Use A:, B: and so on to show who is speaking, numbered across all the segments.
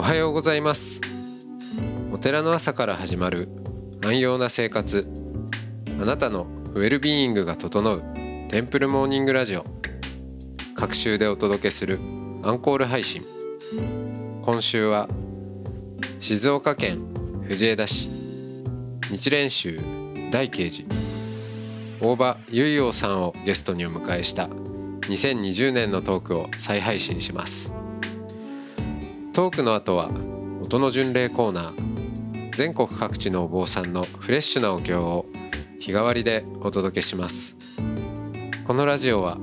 A: はようございますお寺の朝から始まる安養な生活あなたのウェルビーイングが整うテンプルモーニングラジオ各週でお届けするアンコール配信今週は静岡県藤枝市日蓮宗大慶寺大場結陽さんをゲストにお迎えした2020年のトークを再配信しますトークの後は音の巡礼コーナー全国各地のお坊さんのフレッシュなお経を日替わりでお届けしますこのラジオは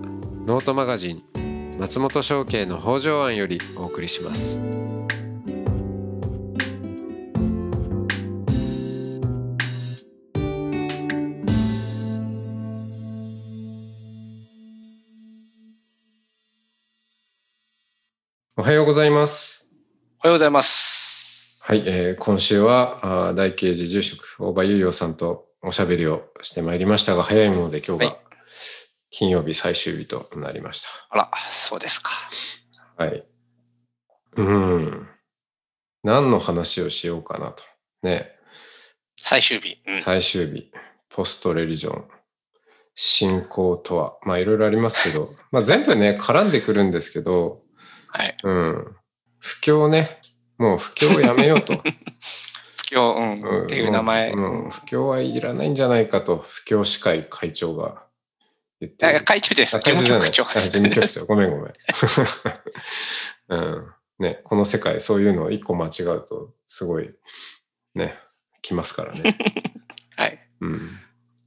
A: ノートマガジン松本商家の北条庵よりお送りしますおはようございます
B: おはようございます。
A: はい、えー今週はあー大慶寺住職大場優陽さんとおしゃべりをしてまいりましたが早いもので今日
B: は
A: が金曜日最終日となりまし
B: あら、そうですか。
A: た。はい。うん。何の話をしようかなと。ね、
B: 最終日。うん、
A: 最終日、ポストレリジョン、信仰とは、まあいろいろありますけど、まあ全部ね、絡んでくるんですけど、
B: はい。
A: うん。不況ね、もう不況をやめようと。
B: 不況、うん、っていう名前。
A: うん、不況はいらないんじゃないかと、不況司会会長が言って
B: あ
A: る。
B: 会長です。
A: あ
B: 事務局長
A: あ事務局長。ごめんごめん。 うん。ね、この世界、そういうのを一個間違うと、すごい、ね、来ますから ね。
B: はい。
A: うん。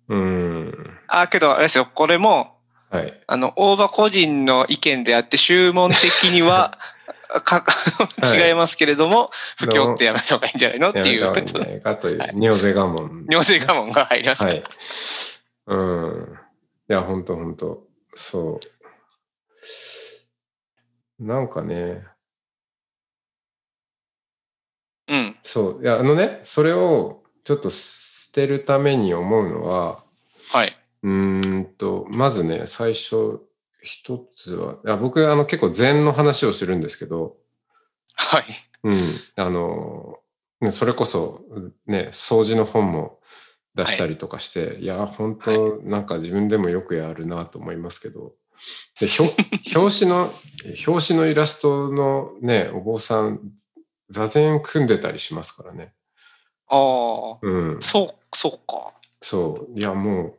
A: うん。
B: あ、けど、あれですよ、これも、
A: はい。
B: あの、大場個人の意見であって、集問的 には、か
A: い
B: 違いますけれども、不況ってやめた方がいいんじゃないのって
A: やめ
B: い
A: た方
B: う
A: がいいんじゃないかという
B: はい、
A: 尿勢我慢。
B: 尿性我慢が入りますか
A: は
B: ら、
A: い。うん。いや、ほんとほんと。そう。なんかね、
B: うん。
A: そう。いや、あのね、それをちょっと捨てるために思うのは、
B: はい。
A: うーんと、まずね、最初、一つは、いや僕、あの、結構禅の話をするんですけど、
B: はい。
A: うん、あの、ねそれこそ、ね、掃除の本も出したりとかして、い、や、本当なんか自分でもよくやるなと思いますけど、で、ひょ 表紙の、表紙のイラストのね、お坊さん、座禅組んでたりしますからね。
B: ああ、
A: うん。
B: そう、そうか。
A: そう、いや、もう、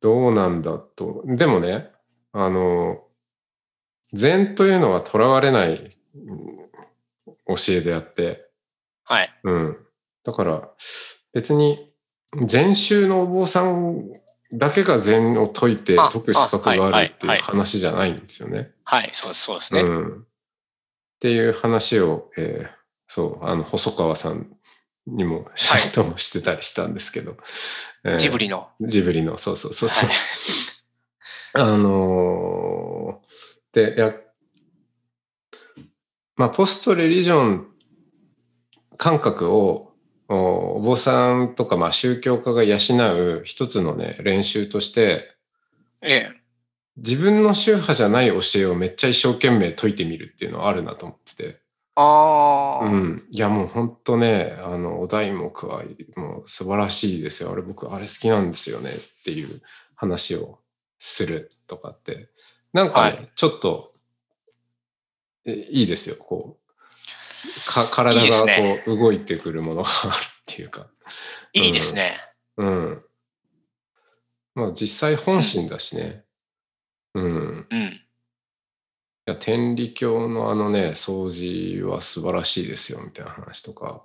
A: どうなんだと。でもね、あの、禅というのは囚われないうん教えであって、
B: はい。
A: うん。だから、別に、禅宗のお坊さんだけが禅を解いて
B: あ
A: 解く資格があるって
B: あはいはいいう
A: 話じゃないんですよね。
B: はい、そうです、そうです
A: う
B: ね。
A: ん。っていう話を、えーそう、あの、細川さんに も、
B: い
A: ともしてたりしたんですけど。えー
B: ジブリの。
A: ジブリの、そうそうそうそう。
B: はい
A: あのーで、いや、まあ、ポストレリジョン感覚を、おお坊さんとか、まあ、宗教家が養う一つのね、練習として、
B: ええ。
A: 自分の宗派じゃない教えをめっちゃ一生懸命解いてみるっていうのはあるなと思ってて。
B: ああ、
A: うん。いや、もう本当ね、あの、お題目は、もう素晴らしいですよ。あれ、僕、あれ好きなんですよねっていう話をするとかって、なんかね、
B: は
A: ちょっと、えいいですよ。こう、か体
B: いいです
A: が
B: ね
A: こう、動いてくるものがあるっていうか、
B: いいですね。
A: うん。まあ、実際本心だしね。うん
B: うん。
A: いや天理教のあのね掃除は素晴らしいですよみたいな話とか、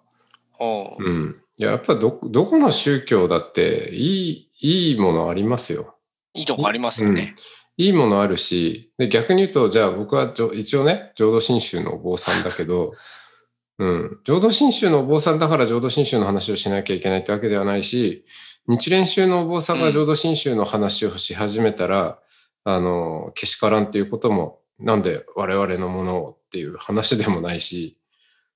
B: おう
A: うん、いややっぱどどこの宗教だっていいいいものありますよ
B: いいとこありますよね。
A: いいものあるしで逆に言うとじゃあ僕はじょ一応ね浄土真宗のお坊さんだけど、 うん、浄土真宗のお坊さんだから浄土真宗の話をしなきゃいけないってわけではないし日蓮宗のお坊さんが浄土真宗の話をし始めたら、あのけしからんっていうこともなんで我々のものをっていう話でもないし、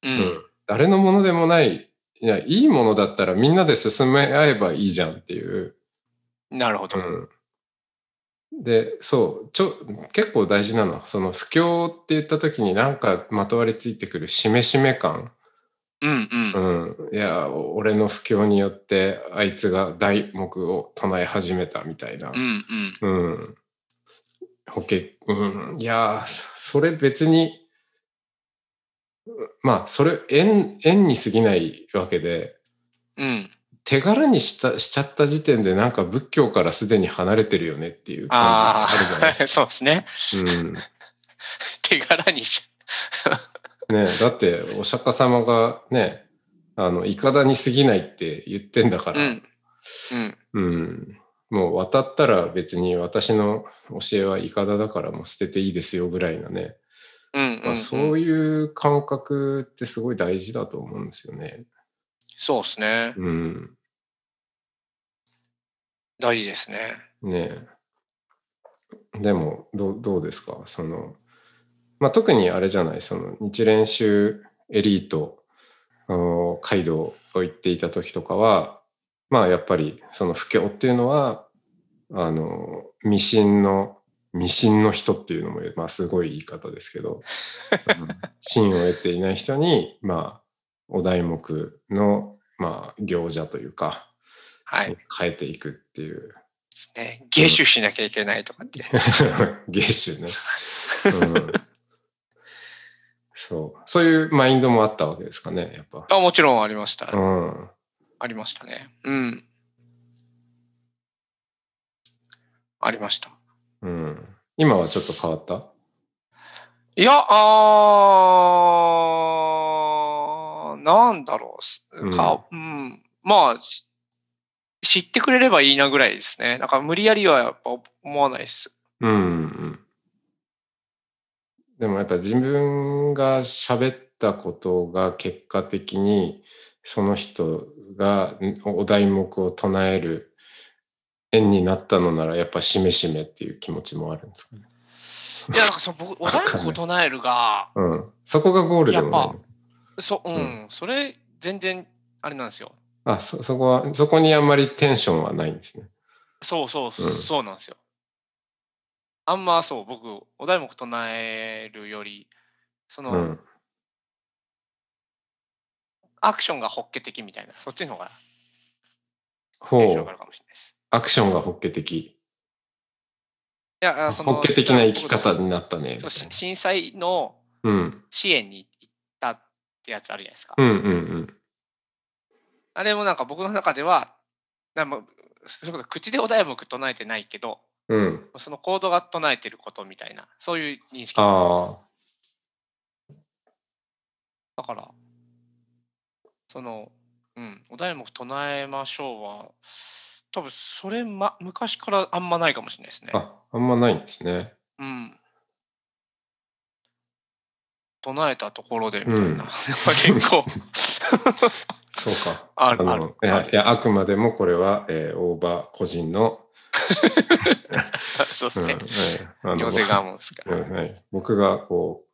B: うん。
A: うん誰のものでもないいやいいものだったらみんなで進め合えばいいじゃんっていう。
B: なるほど。
A: うんでそうちょ結構大事なのその不況って言った時になんかまとわりついてくるしめしめ感、
B: うんうん。
A: うん、いやお俺の不況によってあいつが題目を唱え始めたみたいな
B: うんうん。
A: うん。保険、うん。いやー、そそれ別に、うんまあ、それ、円、円に過ぎないわけで、
B: うん。
A: 手軽にした、しちゃった時点でなんか仏教からすでに離れてるよねっていう感じ
B: あ
A: が
B: あ
A: あるじゃないで
B: ー、 そうですね。
A: すか。うん。
B: 手柄にし。
A: ねだって、お釈迦様がね、あの、いかだに過ぎないって言ってんだか
B: うん。う
A: ら、
B: ん。
A: うん。もう渡ったら別に私の教えはいかだだからもう捨てていいですよぐらいなね。
B: うんうん、
A: まあ、そういう感覚ってすごい大事だと思うんですよね。
B: そうですね。
A: うん。
B: 大事ですね。
A: ねえ。でも、どうどうですかその、まあ、特にあれじゃない、その日練習エリート、あのカイドウを行っていた時とかは、まあやっぱりその不況っていうのは、あの、未信の、未信の人っていうのも、まあすごい言い方ですけど、うん信を得ていない人に、まあ、お題目の、まあ、行者というか、
B: はい。
A: 変えていくっていう
B: ですね。下手しなきゃいけないとかって。
A: 月収ね。うん、そう。そういうマインドもあったわけですかね、やっぱ。
B: あもちろんありました。
A: うん。
B: ありましたね。うん。ありました。
A: うん。今はちょっと変わった
B: いや、あーなんだろうす
A: うん
B: か、うん、まあ、し知ってくれればいいなぐらいですね。なんか無理やりはやっぱ思わないです。
A: うん、うん。でもやっぱ自分が喋ったことが結果的にその人がんお題目を唱える縁になったのならやっぱしめしめっていう気持ちもあるんですかね。
B: いや、なんかその 僕、お題目を唱えるが、
A: うん。そこがゴールでもない
B: やっ
A: の
B: ぱそ、うん、それ全然あれなんですよ。
A: あ、そ、そこは、そこにあんまりテンションはないんですね。
B: そうそ
A: う
B: う、
A: ん
B: そうなんですよ。あんまそう、僕、お題目唱えるより、その、
A: うん。
B: アクションがホッケ的みたいな、そっちの方が
A: ほ
B: テンション上が
A: う
B: る。かもしれないです。
A: アクションがホッケ的。
B: いや、
A: ホ
B: あその
A: ッケ的な生き方になったね。み
B: そう
A: たい
B: し
A: な
B: 震災の
A: うん。
B: 支援に行ったってやつあるじゃないですか。
A: うんうん
B: あれもなんか僕の中では、なんかもうそれこそ口でお題目唱えてないけど、
A: うん。うん。
B: その行動が唱えてることみたいな、そういう認識だ
A: あ
B: から、その、うん、お題目唱えましょうは、多分それ、ま、昔からあんまないかもしれないですね
A: あ。。あ、あんまないんですね。
B: うん。唱えたところでみたいな、
A: うん
B: やっぱ結 構
A: そうか。
B: あ
A: あ
B: るある
A: の、いや、いやあくまでもこれは、えー、大場個人の、
B: そうで
A: う
B: す
A: ん、
B: ね。
A: うんあの
B: 女性側もですか
A: う
B: ら。
A: んはい僕が、こう、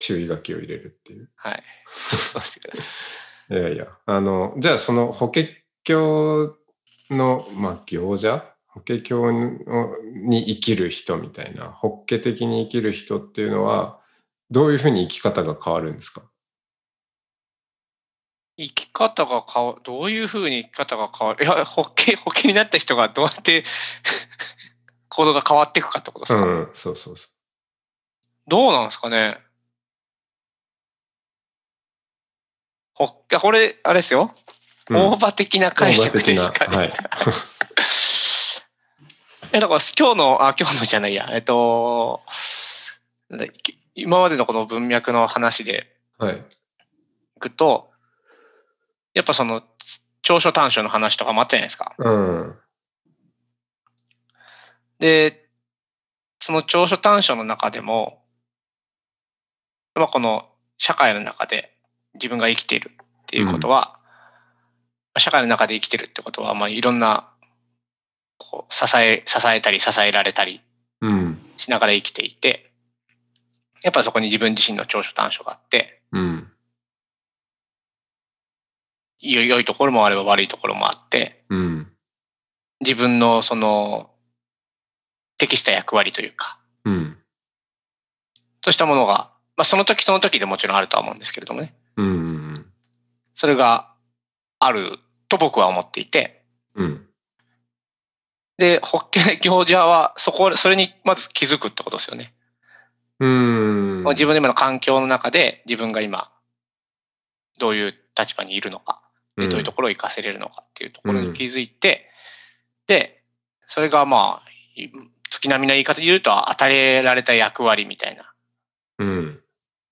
A: 注意書きを入れるっていう。
B: はい。そうしてくださ
A: いやいや、あの、じゃあその法華経の、まあ、行者法華経のに生きる人みたいな、法華的に生きる人っていうのは、どういうふうに生き方が変わるんですか
B: い。生き方が変わどういうふうに生き方が変わるいや、ホッケ、ホッケになった人がどうやって 行動が変わっていくかってことです
A: う
B: か、
A: ん、そうそうそ
B: どうなんですかねホッケ、これ、あれですよ。
A: う。うん
B: 大場的な解釈ですか
A: 大
B: ね。
A: 場的
B: え、だから今日の、あ、今日のじゃないや、えっと、なんだき今までのこの文脈の話で
A: なはい。はい。
B: いくと、やっぱその、長所短所の話とかもあったじゃないですか。
A: うん。
B: で、その長所短所の中でも、まあこの社会の中で自分が生きているっていうことは、社会の中で生きてるってことは、まあいろんな、こう、支え、支えたり支えられたり
A: うん。
B: しながら生きていて、やっぱそこに自分自身の長所短所があって、
A: うん。
B: 良い良いところもあれば悪いところもあって、
A: うん。
B: 自分のその適した役割というか、
A: うん。
B: としたものが、まあ、その時その時でもちろんあるとは思うんですけれどもね、
A: うん。うん
B: それがあると僕は思っていて、
A: うん。
B: で、ホッケー行者は、そこ、それにまず気づくってことですよね。
A: うん。
B: 自分の今の環境の中で、自分が今、どういう立場にいるのか、でどういうところを活かせれるのかっていうところに気づいて、で、それがまあ、い月並みな言い方で言うと、与えられた役割みたいな
A: うん。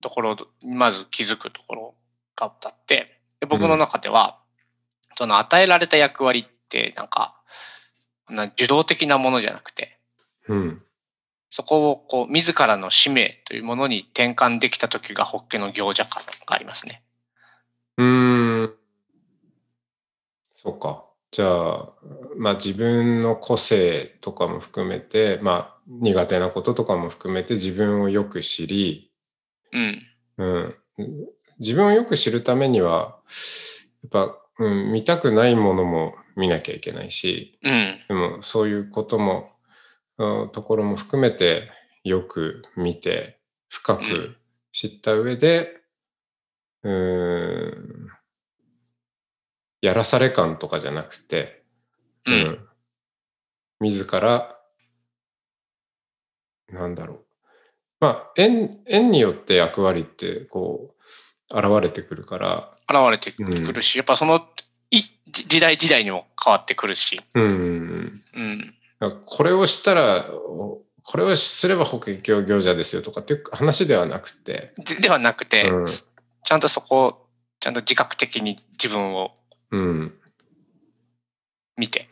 B: ところにまず気づくところがあって、で僕の中では、その与えられた役割って、なんか、こんな受動的なものじゃなくて、
A: うん。
B: そこをこう、自らの使命というものに転換できた時が、ホッケの行者感がありますね。
A: うん。そうか。じゃあ、まあ自分の個性とかも含めて、まあ苦手なこととかも含めて自分をよく知り、
B: うん。
A: うん、自分をよく知るためにはやっぱ、うん、見たくないものも見なきゃいけないし
B: うん。
A: でもそういうことも、うんところも含めてよく見て深
B: う
A: く
B: ん
A: 知った上で、うん、やらされ感とかじゃなくて、
B: う。
A: うんん自らなんだろうまあ縁縁によって役割ってこう現れてくるから、
B: 現れてくるし、やっぱそのいじ時代時代にも変わってくるし、
A: うん、
B: うん、
A: これをしたらおこれをすれば法華経行者ですよとかっていう話ではなくて、
B: でではなくて、
A: うん
B: ちゃんとそこをちゃんと自覚的に自分を
A: うん
B: 見て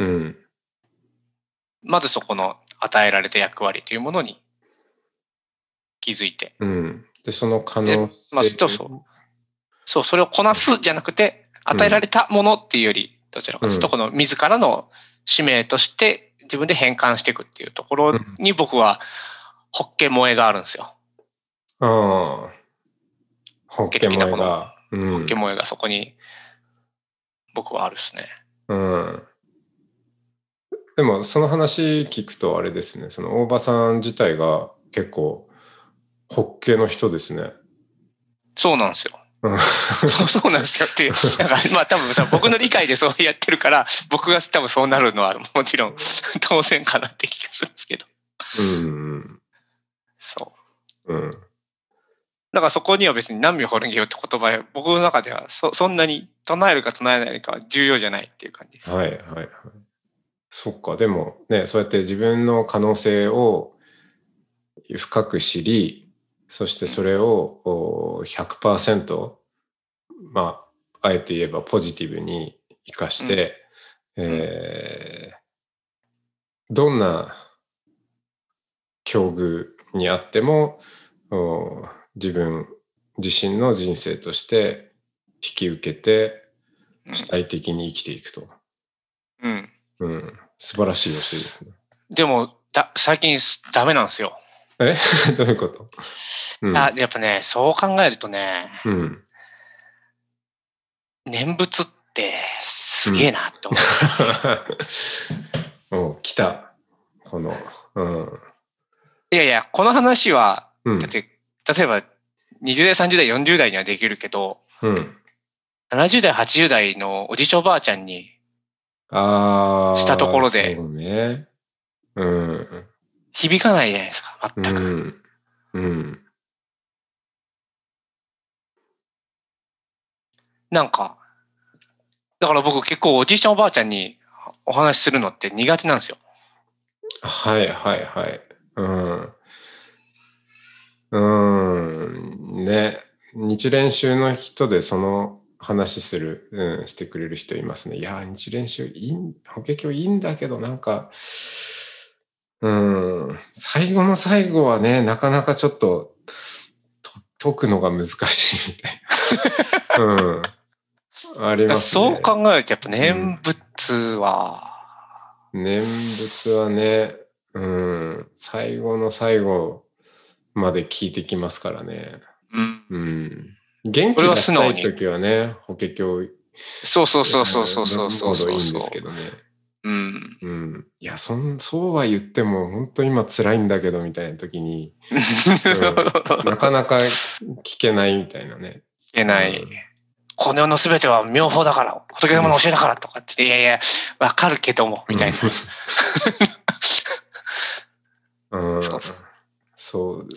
A: うん
B: まずそこの与えられた役割というものに気づいて
A: うん、でその可能性、
B: でまあそうそそうそれをこなすじゃなくて与えられたものっていうよりどちらかという
A: う
B: と
A: ん
B: この自らの使命として自分で変換していくっていうところに僕はホッケ萌えがあるんですよ。
A: ああ法華経
B: 的な
A: 前
B: この
A: が、うん
B: ホッケ萌えがそこに僕はあるですね。
A: うんでもその話聞くとあれですねその大場さん自体が結構ホッケの人ですね。
B: そうなんですよ。
A: うん
B: そうそうなんですよっていう。だからまあ多分さ、僕の理解でそうやってるから、僕が多分そうなるのはもちろん当然かなって気がするんですけど。
A: うん
B: そう。
A: うん
B: だからそこには別に何秒ホルンゲよって言葉は僕の中ではそそんなに唱えるか唱えないかは重要じゃないっていう感じです。
A: はいはいはい。そっか、でもね、そうやって自分の可能性を深く知り、そしてそれをおー100%、まあ、あえて言えばポジティブに生かして、えーどんな境遇にあっても、おー自分自身の人生として引き受けて、
B: うん
A: 主体的に生きていくと。
B: うん。
A: うん、素晴らしい教えですね。
B: でも、だ最近ダメなんですよ。
A: えどういうことうん。
B: あやっぱね、そう考えるとね、
A: うん、
B: 念仏ってすげえなって思う。
A: おう来た。この、うん。
B: いやいや、この話は
A: うん
B: だっ。て、例えば、20代、30代、40代にはできるけど、
A: うん、
B: 70代、80代のおじいちゃんおばあちゃんに、
A: ああ。
B: したところで
A: そうね。うん。
B: 響かないじゃないですか、
A: う
B: 全く。
A: ん。うん。
B: なんか、だから僕結構おじいちゃんおばあちゃんにお話しするのって苦手なんですよ。
A: はいはいはい。うん。うん。ね。日練習の人でその話する、うん、してくれる人いますね。いやー、日練習いいん、法華経いいんだけど、なんか、うん、最後の最後はね、なかなかちょっと、と解くのが難しいみたい な。うん。ありますね。
B: そう考えるとやっぱ念仏は、
A: 念仏はね、うん、最後の最後まで聞いてきますからね。
B: うん。
A: うん。元気
B: これ
A: 出
B: は
A: し
B: 素
A: た
B: 直
A: い
B: に
A: 時はね、法華経。
B: そうそうそうそうそうそうそ
A: ど
B: う
A: んどんいいん
B: そう
A: ですけどね。
B: うん。
A: うん、いやそんそうは言っても本当今辛いんだけどみたいな時になかなか聞けないみたいなね。
B: 言えない。この世の全ては妙法だから、仏様の教えだからとかって、いやいや、わかるけども、みたいな。
A: うん、うん
B: そう
A: そう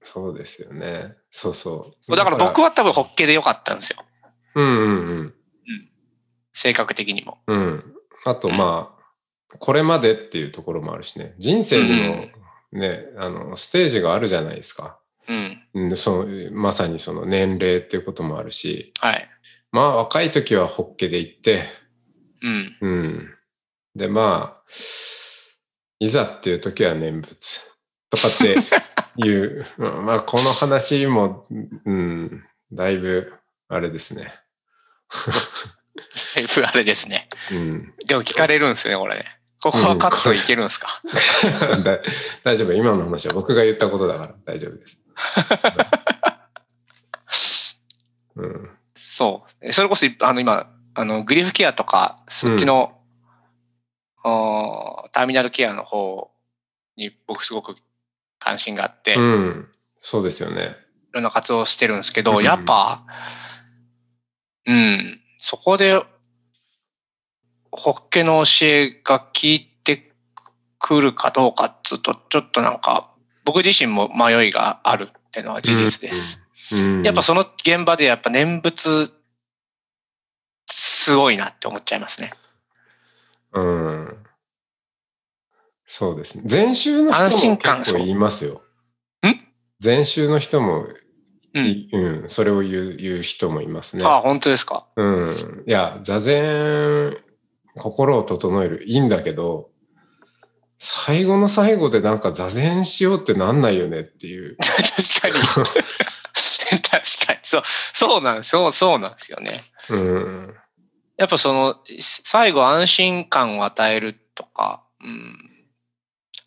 A: そうですよね。そうそう。
B: だから僕は多分ホッケで良かったんですよ。
A: うんうんうん。
B: 性格的にも。
A: うん。あと、まあ、これまでっていうところもあるしね。人生にもね、あの、ステージがあるじゃないですか。
B: うん。
A: うんそのまさにその年齢っていうこともあるし、
B: はい。
A: まあ、若い時はホッケで行って、
B: うん。
A: うん。で、まあ、いざっていう時は念仏とかっていう、 うんまあ、この話も、うん、だいぶ、あれですね。
B: あれですね。
A: うん。
B: でも聞かれるんですよね、これね。ここはカットいけるんですか、
A: だ大丈夫今の話は僕が言ったことだから大丈夫です。うん、
B: そう。それこそ、あの、今、あの、グリーフケアとか、そっちの、おーターミナルケアの方に僕すごく関心があって、い
A: うん、そうですよね。
B: ろんな活動をしてるんですけど、
A: うん
B: やっぱ、うん、そこで、ホッケの教えが効いてくるかどうかっつうと、ちょっとなんか、僕自身も迷いがあるっていうのは事実です。
A: うん。
B: やっぱその現場でやっぱ念仏、すごいなって思っちゃいますね。
A: うん。そうですね。前週の
B: 安
A: 人も
B: 心感
A: 結構言いますよ。
B: ん
A: 前週の人も、
B: うん。
A: いうん、それを言う言う人もいますね。
B: ああ、本当ですか。
A: うん。いや、座禅、心を整える、いいんだけど、最後の最後でなんか座禅しようってなんないよねって いう。
B: 確かに。確かに。そう、そうなんですよ。そうなんですよね。
A: うん。
B: やっぱその、最後安心感を与えるとか、うん。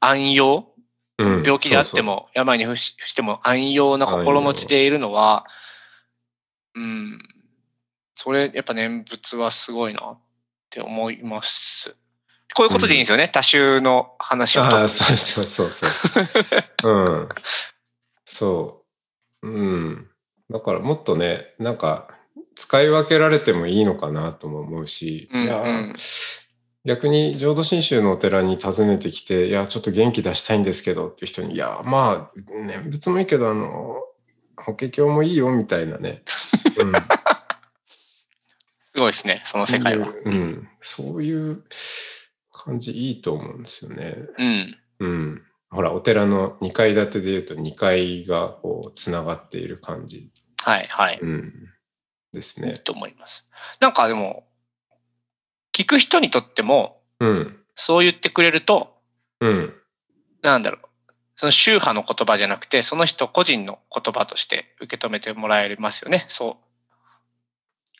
B: 安養
A: うん
B: 病気であって。も、病に伏し伏しても安養な心持ちでいるのは、うん。それ、やっぱ念仏はすごいなって思います。こういうことでいいんですよね。多種の話
A: そう
B: を
A: そうあ
B: と
A: あ、そうそうそう そう。うん。そう。うん。だからもっとね、なんか、使い分けられてもいいのかなとも思うし、
B: うんう
A: い
B: ん
A: や逆に浄土真宗のお寺に訪ねてきて、いや、ちょっと元気出したいんですけどっていう人に、いや、まあ、念仏もいいけど、あの、法華経もいいよみたいなね。うん
B: すごいですね、その 世界は。
A: うん、そういう感じいいと思うんですよね。
B: うん。
A: うん。ほら、お寺の2階建てで言うと2階がこう、つながっている感じ。
B: はい、はい。
A: うん。です
B: いい
A: ね。
B: と思います。なんかでも、聞く人にとっても、
A: うん。
B: そう言ってくれると、
A: うん。
B: なんだろう。その宗派の言葉じゃなくて、その人個人の言葉として受け止めてもらえますよね。そ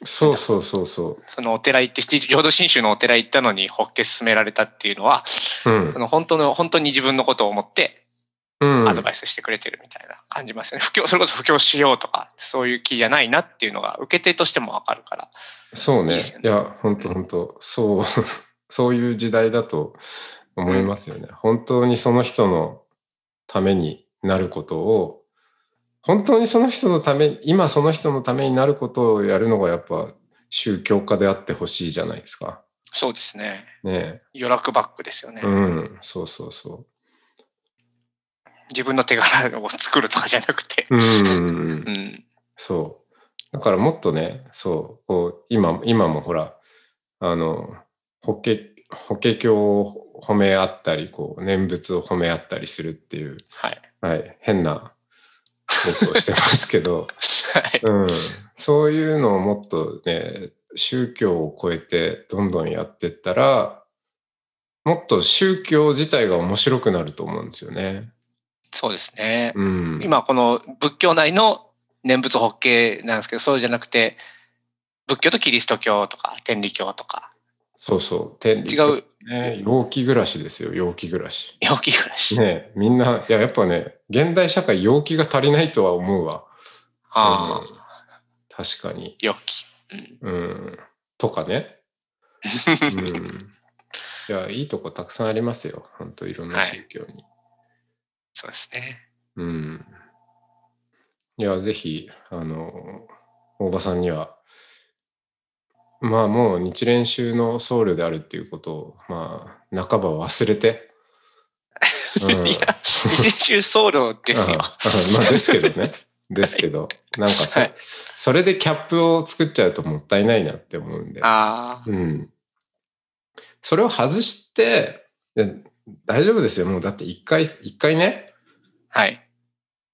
B: う。
A: そうそうそうそ
B: そのお寺行って、浄土真宗のお寺行ったのに、ホッケ勧められたっていうのは、
A: う。うん
B: そ。の本当の、本当に自分のことを思って、
A: うん
B: アドバイスしてくれてるみたいな感じますよね。布教、それこそ布教しようとか、そういう気じゃないなっていうのが、受け手としてもわかるから。
A: そう
B: いい
A: ね。
B: っ
A: い
B: すよね
A: や、本当本当そう、 そういう時代だと思いますよね。本当にその人のためになることを、本当にその人のため、今その人のためになることをやるのがやっぱ宗教家であってほしいじゃないですか。
B: そうですね。
A: ね
B: 余楽バックですよね。
A: え。うん、そうそうそ
B: 自分の手柄を作るとかじゃなくて。
A: う。うん
B: う。ん。
A: そう。だからもっとね、そう、こう、今、今もほら、あの、法華、法華経を褒め合ったり、こう、念仏を褒め合ったりするっていう、
B: はい。
A: はい、変なことをしてますけど、
B: はい
A: うん、そういうのをもっとね、宗教を超えてどんどんやってったら、もっと宗教自体が面白くなると思うんですよね。
B: そうですね。
A: うん。
B: 今、この仏教内の念仏法系なんですけど、そうじゃなくて、仏教とキリスト教とか、天理教とか、
A: そうそう。天理
B: 違
A: 教
B: う
A: ね、陽気暮らしですよ、陽気暮らし。
B: 陽気暮らし。
A: ねえみんな、いや、やっぱね、現代社会、陽気が足りないとは思うわ。
B: あ
A: うん
B: あ、
A: 確かに。
B: 陽気。うん
A: うん。とかね。うん。いや、いいとこたくさんありますよ。本当いろんな宗教に。
B: そうですね。
A: うん。いや、ぜひ、あの、大場さんには、まあもう日練習の僧侶であるっていうことを、まあ、半ば忘れ て、うん、
B: いや、一中僧侶ですよ
A: ああ。あまあですけどね。ですけど、なんかそ,、
B: はい
A: それでキャップを作っちゃうともったいないなって思うんで。
B: ああ、
A: うん。それを外して、いや大丈夫ですよ。もうだって一回、一回ね、
B: はい。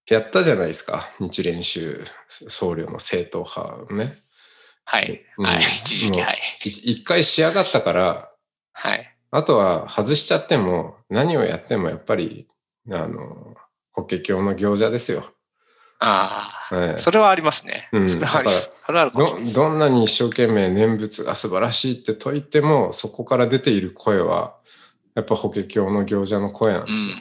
A: やったじゃないですか。日練習僧侶の正統派をね。
B: はい。
A: うん
B: はい。一時期、
A: もう
B: はい。
A: い一回仕上がったから、
B: はい。
A: あとは外しちゃっても、何をやってもやっぱり、あの、法華経の行者ですよ。
B: ああ、
A: はい
B: それはありますね。
A: うん
B: それはあります。それはあるかもしれ
A: ど
B: ないです
A: どんなに一生懸命念仏が素晴らしいって説いてもそこから出ている声はやっぱ法華経の行者の声なんですよ。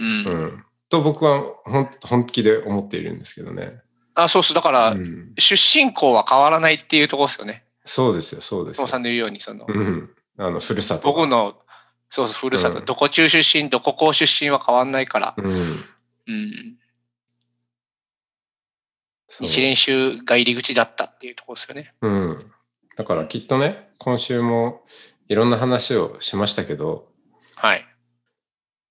B: うん。
A: う
B: うん
A: んと僕はほん本気で思っているんですけどね。
B: あそうそう。だか
A: う
B: ら、
A: ん、
B: 出身校は変わらないっていうところですよね。
A: そうですよそうです
B: 友
A: よ。
B: さんの言うように、その、
A: うん、あのふるさとが。
B: 僕の、そうそう、ふるさと、
A: うん
B: どこ中出身、どこ校出身は変わんないから、
A: うん、
B: うん。
A: そう
B: 日練習が入り口だったっていうところですよね。
A: うん、だからきっとね今週もいろんな話をしましたけど
B: はい。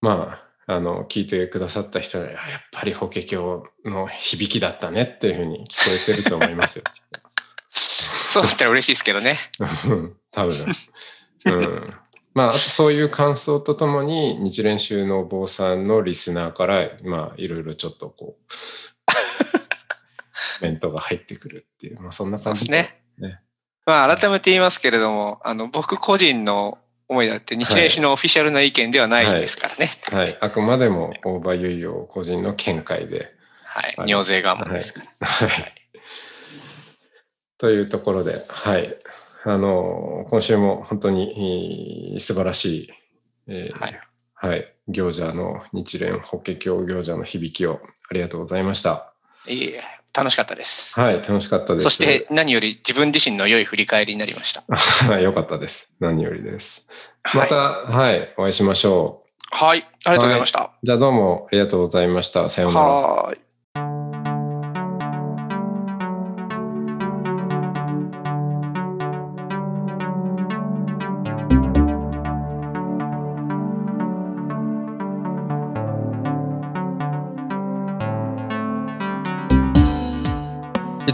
A: まああの聞いてくださった人にあやっぱり法華経の響きだったねっていうふうに聞こえてると思いますよ。
B: そうだったら嬉しいですけどね。
A: うん多分。うん。まあ、あとそういう感想とともに、日練習のお坊さんのリスナーから、まあ、いろいろちょっとこう、 コメントが入ってくるっていう、まあ、そんな
B: そう
A: 感
B: で
A: じ
B: す
A: で。
B: ね。まあ、改めて言いますけれども、あの、僕個人の思いだって、日練習のオフィシャルな意見ではないですからね。
A: はい。あくまでも、大場結陽個人の見解で。
B: はい。
A: はい
B: 尿税がもですから。
A: はい。というところで、はい。あの、今週も本当にいい素晴らしい、えー
B: はい
A: はい。行者の日蓮法華経行者の響きをありがとうございました。
B: いえ楽しかったです。
A: はい、楽しかったです。
B: そして、何より自分自身の良い振り返りになりました。
A: はい、良かったです。何よりです。また、
B: はい、
A: はい、お会いしましょう。
B: はいありがとうございました。
A: じゃあどうもありがとうございました。さようなら。
B: はーい。
A: い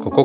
A: ここ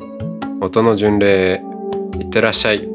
A: 音の巡礼へいってらっしゃい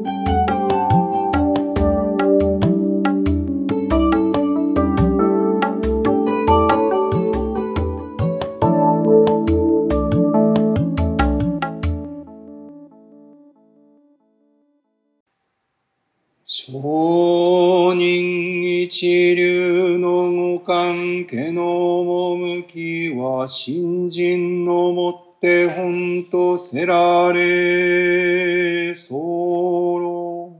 C: 上人一流のご関家の趣は新人のもって本とせられ候。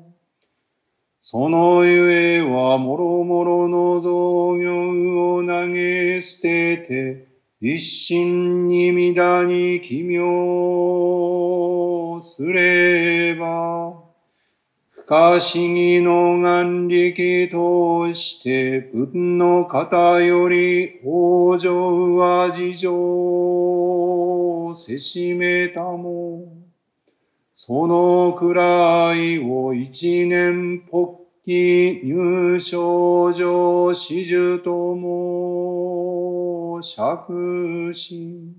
C: そのゆえはもろもろの造業を投げ捨てて一心に乱に奇妙すればかしぎの眼力として、仏の方より往生は事情をせしめたも。そのくらいを一年ぽっき入賞上始終とも釈し。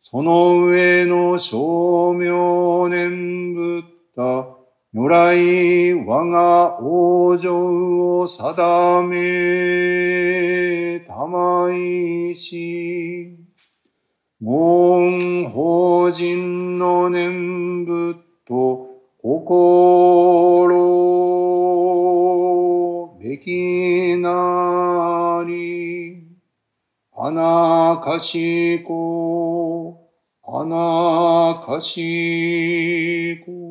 C: その上の称明念仏った如来我が往生を定めたまいし。門法人の念仏と心べきなり。花かしこ、花かしこ。